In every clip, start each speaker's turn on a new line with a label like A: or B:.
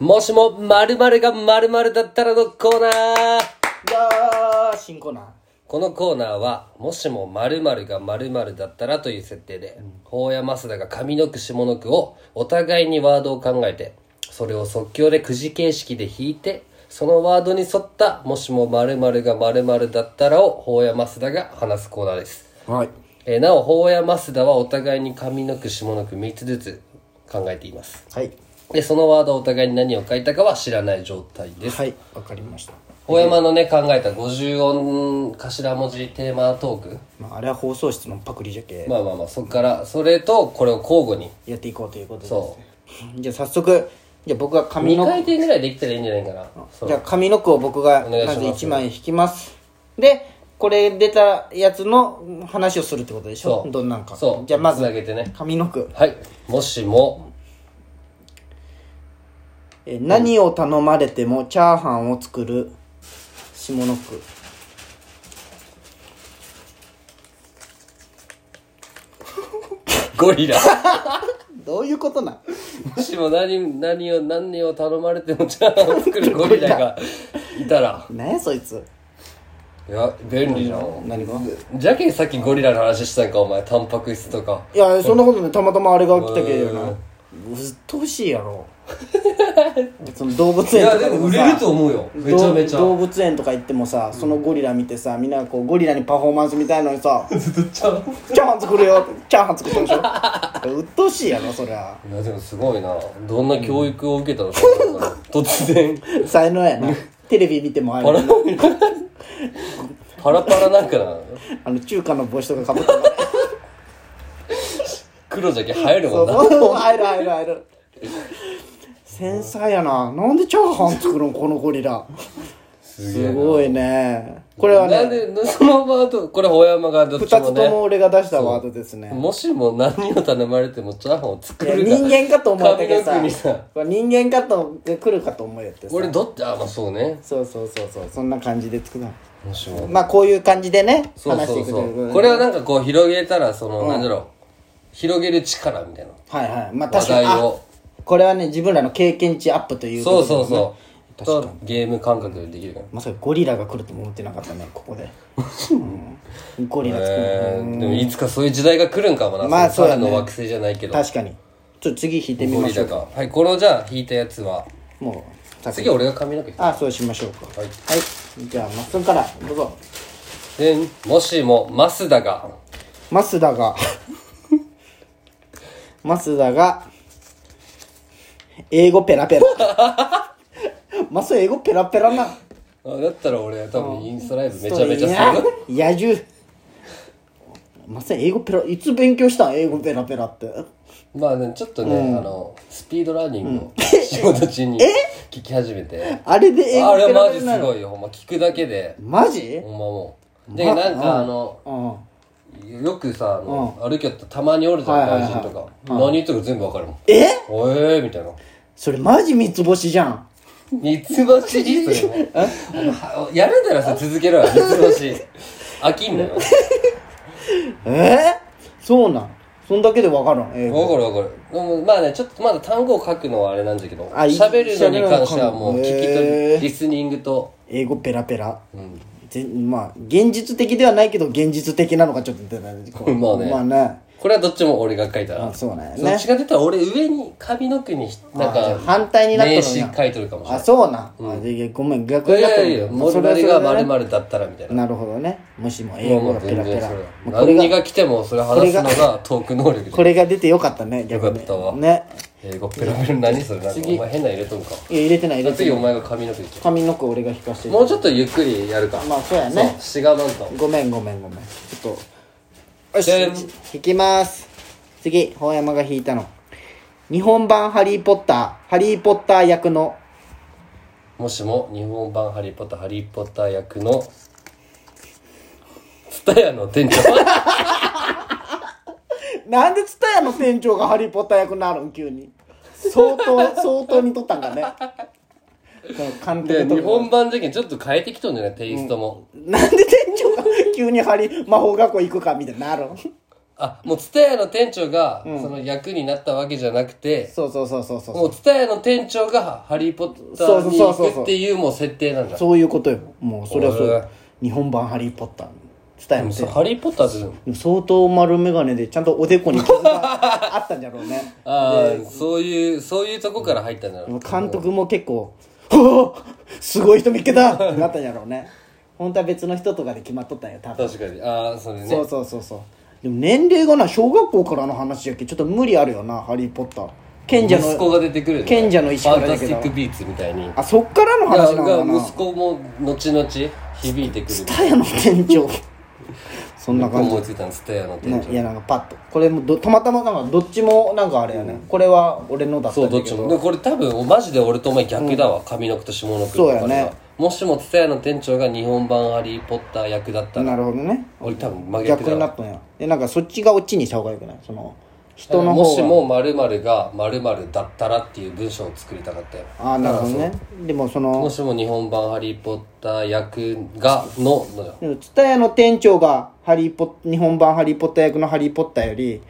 A: もしも〇〇が〇〇だったらのコーナー
B: わー新コーナー
A: このコーナーは、もしも〇〇が〇〇だったらという設定で、法や増田が上の句下の句をお互いにワードを考えて、それを即興でくじ形式で引いて、そのワードに沿った、もしも〇〇が〇〇だったらを法や増田が話すコーナーです。
B: はい
A: えーなお、法や増田はお互いに上の句下の句3つずつ考えています。
B: はい
A: で、そのワードをお互いに何を書いたかは知らない状態です。
B: はいわかりました
A: 大山のね考えた50音頭文字テーマトーク
B: まああれは放送室のパクリじゃけ
A: まあまあまあそっからそれとこれを交互に
B: やっていこうということです
A: そ
B: じゃあ早速じゃあ僕が紙
A: 2
B: の
A: 回転ぐらいできたらいいんじゃないかなそう
B: じゃあ紙の句を僕が
A: お
B: ま
A: 願いしま
B: ず
A: す
B: 1枚引きますでこれ出たやつの話をするってことでしょ
A: そう
B: どんなんか
A: そう
B: じゃあま
A: つな
B: ず
A: げてね
B: 紙の句
A: はいもしも
B: えー何を頼まれてもチャーハンを作る下の句
A: ゴリラ
B: どういうことなん
A: もしも何何を何を頼まれてもチャーハンを作るゴリラがいたら
B: 何やそいつ
A: いや便利じゃん
B: 何が
A: じゃけんさっきゴリラの話したんかお前タンパク質とか
B: いやそんなことねたまたまあれが来たけど
A: う
B: なずっと欲しいや ろその動物
A: い
B: 園
A: や
B: とか
A: で
B: で
A: も
B: も
A: 売
B: さ
A: れると思うよめちゃめちゃ
B: 動動物園とか行ってもさそのゴリラ見てさみんなこうゴリラにパフォーマンスみたいのにさチ
A: ずっとチャーハン
B: ャーハン作るよチャーハン作ってるでしょうっとうしいやろそりゃ
A: いやでもすごいなどんな教育を受けたのかわからんけど突然
B: 才能やなテレビ見てもあれ
A: パラパラなんかな
B: あの中華の帽子とかかぶってもらえ
A: 黒じゃけ生えるもんな
B: そう入る入る入る繊細やななんでチャーハン作るんこのゴリラ
A: すげえな
B: すごいねこれは
A: なん
B: ね
A: でそのワードこれほやまがどっ
B: 2つ
A: ち
B: と
A: もね
B: も俺が出したワードですね
A: もしも何を頼まれてもチャーハンを作
B: いや
A: る
B: 人間かと思うた
A: 髪
B: けど
A: の
B: さ
A: 毛にさ
B: これ人間かと来るかと思うよってさ
A: 俺どっちあまあそうね
B: そうそうそうそうそんな感じで作る
A: もしも
B: まあこういう感じでね
A: そう
B: 話し
A: そ
B: ていうく
A: そ
B: という
A: う
B: こと
A: こ
B: で
A: れはなんかこう広げたらそのなんだろう広げる力みたいな
B: はいはいまあ
A: 話
B: 確かに
A: 題
B: あ
A: を
B: これはね自分らの経験値アップというこ
A: そ
B: と
A: う
B: でね
A: そうそうとゲーム感覚でできるから
B: まさかゴリラが来るとも思ってなかったねここで、うんゴリラ作る、
A: えーでもいつかそういう時代が来るんかもな、
B: まあ
A: その
B: そうだね
A: 猿の惑星じゃないけど
B: 確かにちょっと次引いてみ
A: ゴ
B: ま
A: リ
B: しょ
A: ラ
B: うか
A: かはいこのじゃあ引いたやつは
B: もうさっき
A: 次俺が髪の毛
B: あそうしましょうか
A: はい
B: はいじゃあマッスンからどうぞ
A: でもしも増田が
B: マスダが マスダが英語ペラペラ マス英語ペラペラな
A: あだったら俺多分インスタライブめちゃめちゃする
B: いや野獣マス英語ペラいつ勉強したん英語ペラペラって
A: まあねちょっとね、あのスピードラーニングを仕事中に聞き始めて、
B: あれで英
A: あ
B: 語
A: れ
B: ペラ
A: マ
B: ペ
A: ジ
B: ラ
A: す
B: なの
A: ごいよほんま聞くだけで
B: マジ
A: ほんまもうでなんかあの
B: うん
A: よくさあの、歩きよったらたまにおるじゃん
B: はいはい
A: 外
B: はい
A: 人とか、何言ってるか全部わかるもん
B: え
A: おえーみたいな
B: それマジ三つ星じゃん
A: 三つ星リスト でもやるならさ続けろよ三つ星飽きんなよわか
B: えー、そうなんそんだけでわかるん英語
A: るわかるでもまあねちょっとまだ単語を書くのはあれなんだけど
B: あいい
A: 喋るのに関してはもう聞
B: 喋るのに関
A: き
B: し
A: 取
B: てはへ
A: り
B: ー
A: リスニングと
B: 英語ペラペラ
A: うん
B: ぜまあ現実的ではないけど現実的なのがちょっと出ない
A: まあね
B: まあね
A: これはどっちも俺が書いたら
B: あそうなんやね
A: どっちかって言ったら俺上に上の句になん
B: あじゃ
A: か
B: あ反対になっとるん
A: 名
B: や
A: 詞書いとるかもしれ
B: あそうなん、あでいやごめん逆になっ
A: な
B: た
A: いいやいやいや
B: まあ
A: も
B: そ
A: れ
B: れはそれ
A: が
B: でね
A: 〇〇だったらみたいな
B: なるほどねもしも英
A: もうも
B: 語が
A: う
B: ペ
A: 全
B: ラ
A: 然
B: ペラ
A: それ
B: もうこれ
A: 何
B: が
A: が来てもそれ話すのがトーク能力じゃん
B: これが出てよかったね逆に
A: よかったわ
B: ね
A: 英語ペラペラ何それなんかお前変なの入れとんか
B: いや入れてない入れて
A: 次
B: ない
A: お前が髪の毛いけ
B: 髪の毛俺が引かして
A: もうちょっとゆっくりやるか
B: まあそうや
A: そう
B: ね
A: シガマント
B: ごめんごめんごめんちょっと
A: で
B: よし引きます次本山が引いたの日本版ハリー・ポッターハリー・ポッター役の
A: もしも日本版ハリー・ポッターハリー・ポッター役のツタヤの店 長
B: なんでツタヤの店長がハリー・ポッター役になるん急に相 当相当にとったんかねその監
A: で
B: 督と
A: 日
B: か
A: 本版じゃけんちょっと変えてきとんじゃないテイストも、
B: なんで店長が急にハリ魔法学校行くかみたいになるん
A: あもう蔦屋の店長がその役になったわけじゃなくて、
B: そうそうそうそうそ
A: も
B: う
A: う蔦屋の店長がハリー・ポッターに行くっていうもう設定なんだ
B: そういうことよもうそれはそ
A: おいう
B: 日本版「ハリー・ポッター」伝えも
A: そ
B: せ
A: うハリー・ポッターって
B: 相当丸眼鏡でちゃんとおでこに傷があったんじゃろうね
A: ああそういうそういうとこから入ったんだろう
B: 監督も結構「おーすごい人見っけた!」ってなったんじゃろうね本当は別の人とかで決まっとったんよ多分
A: 確かにああそれね
B: そうそうそうそうでも年齢がな小学校からの話やけちょっと無理あるよな「ハリー・ポッター」賢者
A: 息子
B: の
A: が出てくる
B: 賢者の石
A: フ
B: か
A: ァ
B: ら
A: ンタ
B: だ
A: ステ
B: けど
A: ィックビーツみたいに
B: あそっからの話なの
A: が
B: かな
A: 息子も後々響いてくる
B: タヤの店長 そんな感じ
A: 思いついたんですよあの店
B: ね
A: 長
B: いやなんかパッとこれもどたまたまなんかどっちもなんかあれやね、これは俺のだった
A: そ
B: んだ
A: うどっ
B: け
A: ち
B: ど
A: もでこれ多分マジで俺とお前逆だわ、上の句と下の句
B: そうやね
A: もしも蔦屋の店長が日本版ハリー・ポッター役だったら
B: なるほどね
A: 俺多分真逆
B: 逆
A: だ
B: にな
A: わ
B: ったんやでなんかそっちがオチにした方がよくないその人の
A: も
B: 方
A: し
B: が
A: も〇〇が〇〇だったらっていう文章を作りたかったよ
B: ああなるほどねでもその
A: もしも日本版ハリー・ポッター役がののよ
B: でも蔦屋の店長がハリーポッ日本版ハリー・ポッター役のハリー・ポッターより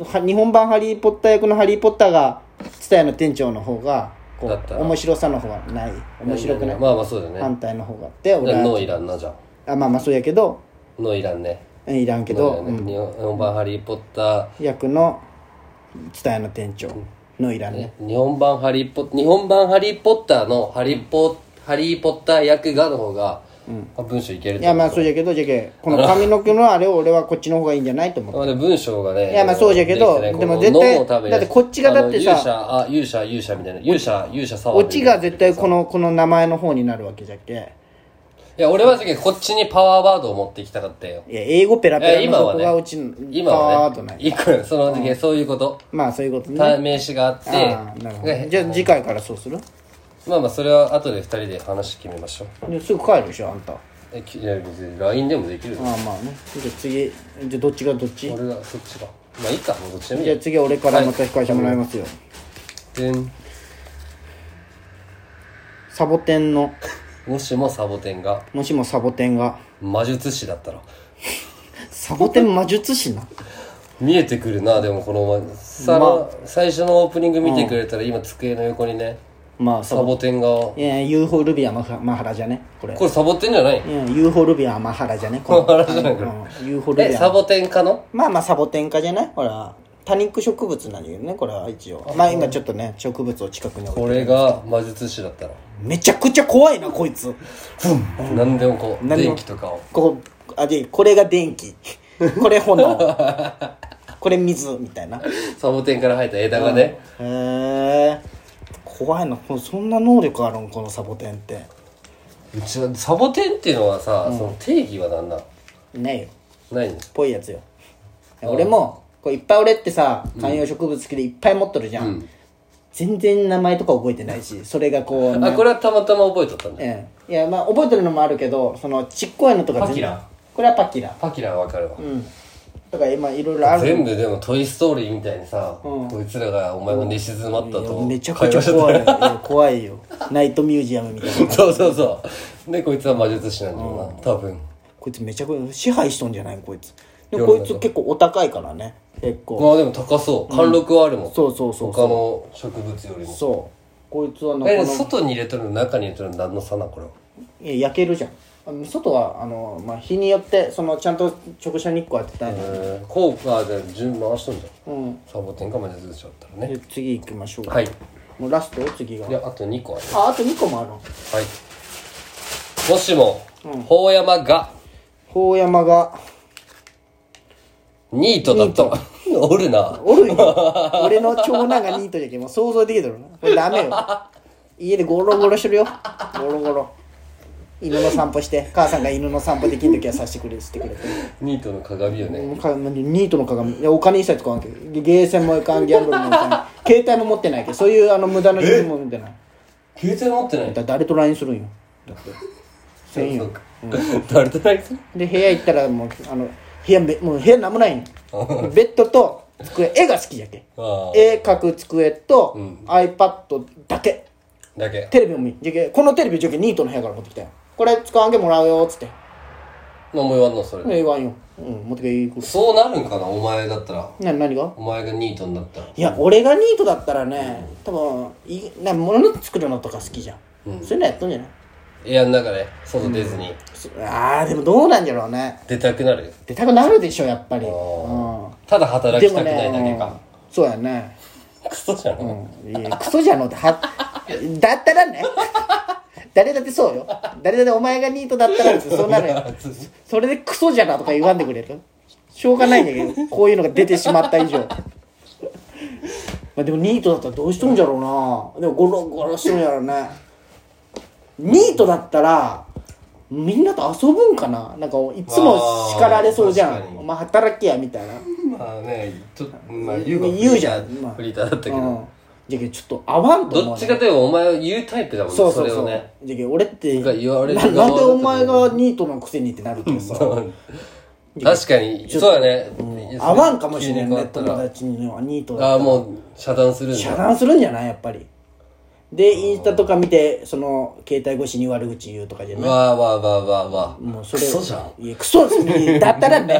B: は日本版ハリー・ポッター役のハリー・ポッターが蔦屋の店長の方がこ
A: だった
B: う
A: ら
B: 面白さの方がない面白くない
A: まあまあそうだよね
B: 反対の方があって
A: だか
B: 俺
A: ら
B: は
A: ノーいらんなじゃん
B: あまあまあそうやけど
A: ノーいらんね
B: うんいらんけ
A: ノーい
B: ど、
A: らん
B: う
A: ね
B: ん
A: 日本日本版ハリー・ポッター
B: 役の蔦屋の店長のいらんね
A: ね日本版ハリーポ日本版ハリーポッターのハリーポ、ハリーポッター役がの方が、文章いける
B: い
A: と思
B: や
A: う
B: まあそうじゃけどじゃけこの髪の毛のあれを俺はこっちの方がいいんじゃないと思って
A: まあね文章がね
B: いやまあそうじゃけど
A: きてない
B: で
A: こ
B: も
A: の
B: 絶対
A: 脳のために
B: だってこっちがだってさ
A: あの勇者あ勇者勇者みたいな勇者勇者さ
B: オチが絶対このこの名前の方になるわけじゃけ
A: いや俺はじゃけこっちにパワーワードを持ってきたかったよ
B: いや英語ペラ
A: いや
B: ペラ
A: 今
B: の
A: は
B: そこがオ
A: ね
B: チの
A: 今
B: パ
A: は
B: ーッとな
A: ね
B: い
A: いくらその時、そういうこと
B: まあそういうことねあ
A: た名詞があって
B: あなるほど
A: ね
B: じゃあ次回からそうする
A: まあまあそれは後で二人で話決めましょう
B: ですぐ帰るでしょあんたあ
A: えきいや別に LINE でもできる
B: あまあねじゃあ次じゃあどっちがどっち
A: 俺がそっちかまあいいかもうどっちでもいい
B: じゃ
A: や
B: あ次は俺からまた控えてもらいますよ、
A: でん
B: サボテンの
A: もしもサボテンが
B: もしもサボテンが
A: 魔術師だったら
B: サボテン魔術師な
A: 見えてくるなでもこの前さ、最初のオープニング見てくれたら、今机の横にね
B: まあサ
A: サボテンがこ
B: いや UFO ルビアマハマハラじゃねこれ
A: れサボテンじゃない
B: いや UFO ルビアマハラじゃねこ
A: マハラじゃないこれ
B: うん UFO ル
A: え
B: ビ
A: サ
B: ア
A: ボテン科の
B: まあまあサボテン科じゃないほら多肉植物なんだけどねこれは一応まあ今ちょっとね植物を近くに置いて
A: 俺が魔術師だったら、
B: めちゃくちゃ怖いなこいつ
A: 何でもこう
B: 何でも
A: 電気とかを
B: ここあでこれが電気これ 炎これ水みたいなへ
A: サボテンから生えた枝がね、
B: え怖いなこのそんな能力あるんこのサボテンって
A: うちはサボテンっていうのはさ、その定義は何なの
B: ねえよ
A: ないんで
B: っぽいやつよ俺もこういっぱい俺ってさ観葉植物好きでいっぱい持っとるじゃん、全然名前とか覚えてないしそれがこ う、
A: あこれはたまたま覚えとったんだ
B: ええいやまあ覚えてるのもあるけどそのちっこいのとか全
A: パキラ
B: これはパキラ
A: パキラはわかるわ、
B: うんとか今いろいろある
A: 全部でも「トイ・ストーリー」みたいにさ、こいつらがお前が寝静まったと
B: めちゃくちゃ怖いよいや怖いよナイトミュージアムみたい な
A: そうそうそうでこいつは魔術師なんだよな多分
B: こいつめちゃくちゃ支配しとんじゃないこいつでもこいつ結構お高いからね結構
A: まあでも高そう貫禄はあるもん、
B: そうそうそう
A: 他の植物よりも
B: そうこいつはな
A: え
B: か
A: 外に入れとるの中に入れとるの何の差なこれはい
B: や焼けるじゃんあの外はあの、まあ、日によってそのちゃんと直射日光当てたいの、
A: えー、こうあじゃあ順回しとんじゃん、
B: うん
A: サボテンか魔術師だったらね
B: で次行きましょう
A: はい
B: もうラスト次が
A: いやあと2個ある
B: ああと2個もある
A: はいもしも法山が
B: 法山が
A: ニートだったら おるな
B: おるんよ俺の長男がニートじゃけんもう想像できるだろうなこれダメよ家でゴロゴロしてるよゴロゴロ犬の散歩して母さんが犬の散歩できる時はさしてくれしてくれて
A: ニートの鏡よね、
B: もうかニートの鏡いやお金一切使わんけどゲーセンもいかんギャンブルもいかん携帯も持ってないけどそういうあの無駄な自分も持ってない
A: 携帯持ってない
B: だ誰と LINE するんよだってせん
A: そう
B: よ
A: か誰とないす
B: で部屋行ったらもうあの部屋めもう部屋なんもないんよベッドと机絵が好きじゃけ
A: あ
B: 絵描く机と、iPad だけ
A: あだけ
B: テレビもいいじゃけこのテレビじゃけニートの部屋から持ってきたよこれ使わんけもらうよっつって
A: 何も言わんのそれ
B: ええわんよ。うん、持ってけいく。
A: そうなるんかなお前だったら
B: な、何が
A: お前がニートになったら
B: いや、俺がニートだったらね、多分、いな物作るのとか好きじゃん。そういうのやっとんじゃない
A: 部屋の中で外出ずに
B: そあー、でもどうなんじゃろうね。
A: 出たくなる
B: 出たくなるでしょ、やっぱり。
A: ただ
B: うん。
A: 働
B: で
A: きた
B: も
A: くないだけ
B: ね
A: か、
B: そうやね。
A: クソじゃん、
B: いやクソじゃのってはだったらね誰だってそうよ誰だってお前がニートだったらそうなる よそれでクソじゃなとか言わんでくれるしょうがないんだけどこういうのが出てしまった以上まあでもニートだったらどうしとんじゃろうなでもゴロゴロしとんやろうねニートだったらみんなと遊ぶんかななんかいつも叱られそうじ
A: あー
B: ゃ
A: 確か
B: ん
A: に
B: お前働けやみたいな
A: まあねちょっと、まあ、言うか
B: 言うじゃんまあ
A: フリーターだったけど、
B: うんじゃけどちょっと合わんと思う、ね、
A: どっちかといえばお前は言うタイプだもんね
B: そうそう
A: れ
B: そ
A: を
B: う。
A: ね
B: じゃけ俺って
A: が言われる
B: な、
A: 側
B: なんで
A: だと
B: お前がニートのくせにってなるけどさ。
A: 確かにそうだね、いやそれ
B: 合わんかもしれん
A: 急に変
B: ね
A: わ、ったら
B: 友達にはニート
A: あ
B: だ
A: あ
B: ったら
A: もう遮断するん
B: 遮
A: だ
B: 断するんじゃないやっぱり。で、インスタとか見て、その、携帯越しに悪口言うとかじゃない
A: わあわあわあわあわあ
B: もうそれ。
A: クソじゃん。
B: いや、クソいやだったらね。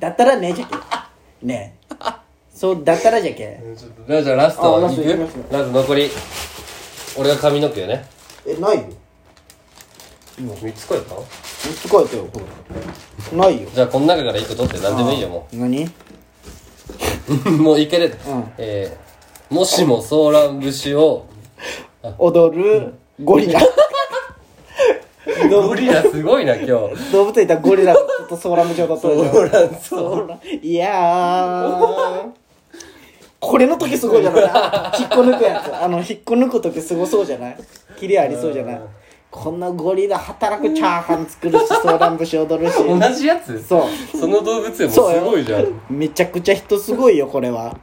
B: だったらね、じゃけ。ねそう、だったらじゃけ。
A: ちょっとラジャラスト
B: あ
A: は
B: ラ
A: い
B: ス
A: く
B: トいきます
A: ラスト残り俺が髪の毛よね
B: え、ないよ。
A: 3つ超えた
B: 三つ書いてよ、これ。ないよ。
A: じゃあこの中から1個取って何でもいいよも
B: 何
A: う もういける、えー、もしもソーラン節を
B: 踊るゴリラ。
A: ゴリラすごいな今日ソ
B: 動物園いたらゴリラとソーラム状だったでしょ
A: ーランソー
B: ほらいやーこれの時すごいじゃない引っこ抜くやつあの引っこ抜く時すごそうじゃないキレありそうじゃないこんなゴリラ働くチャーハン作るしソーラン節踊るし
A: 同じやつ
B: そう
A: その動物園もす
B: そうよ
A: ごいじゃん
B: めちゃくちゃ人すごいよこれは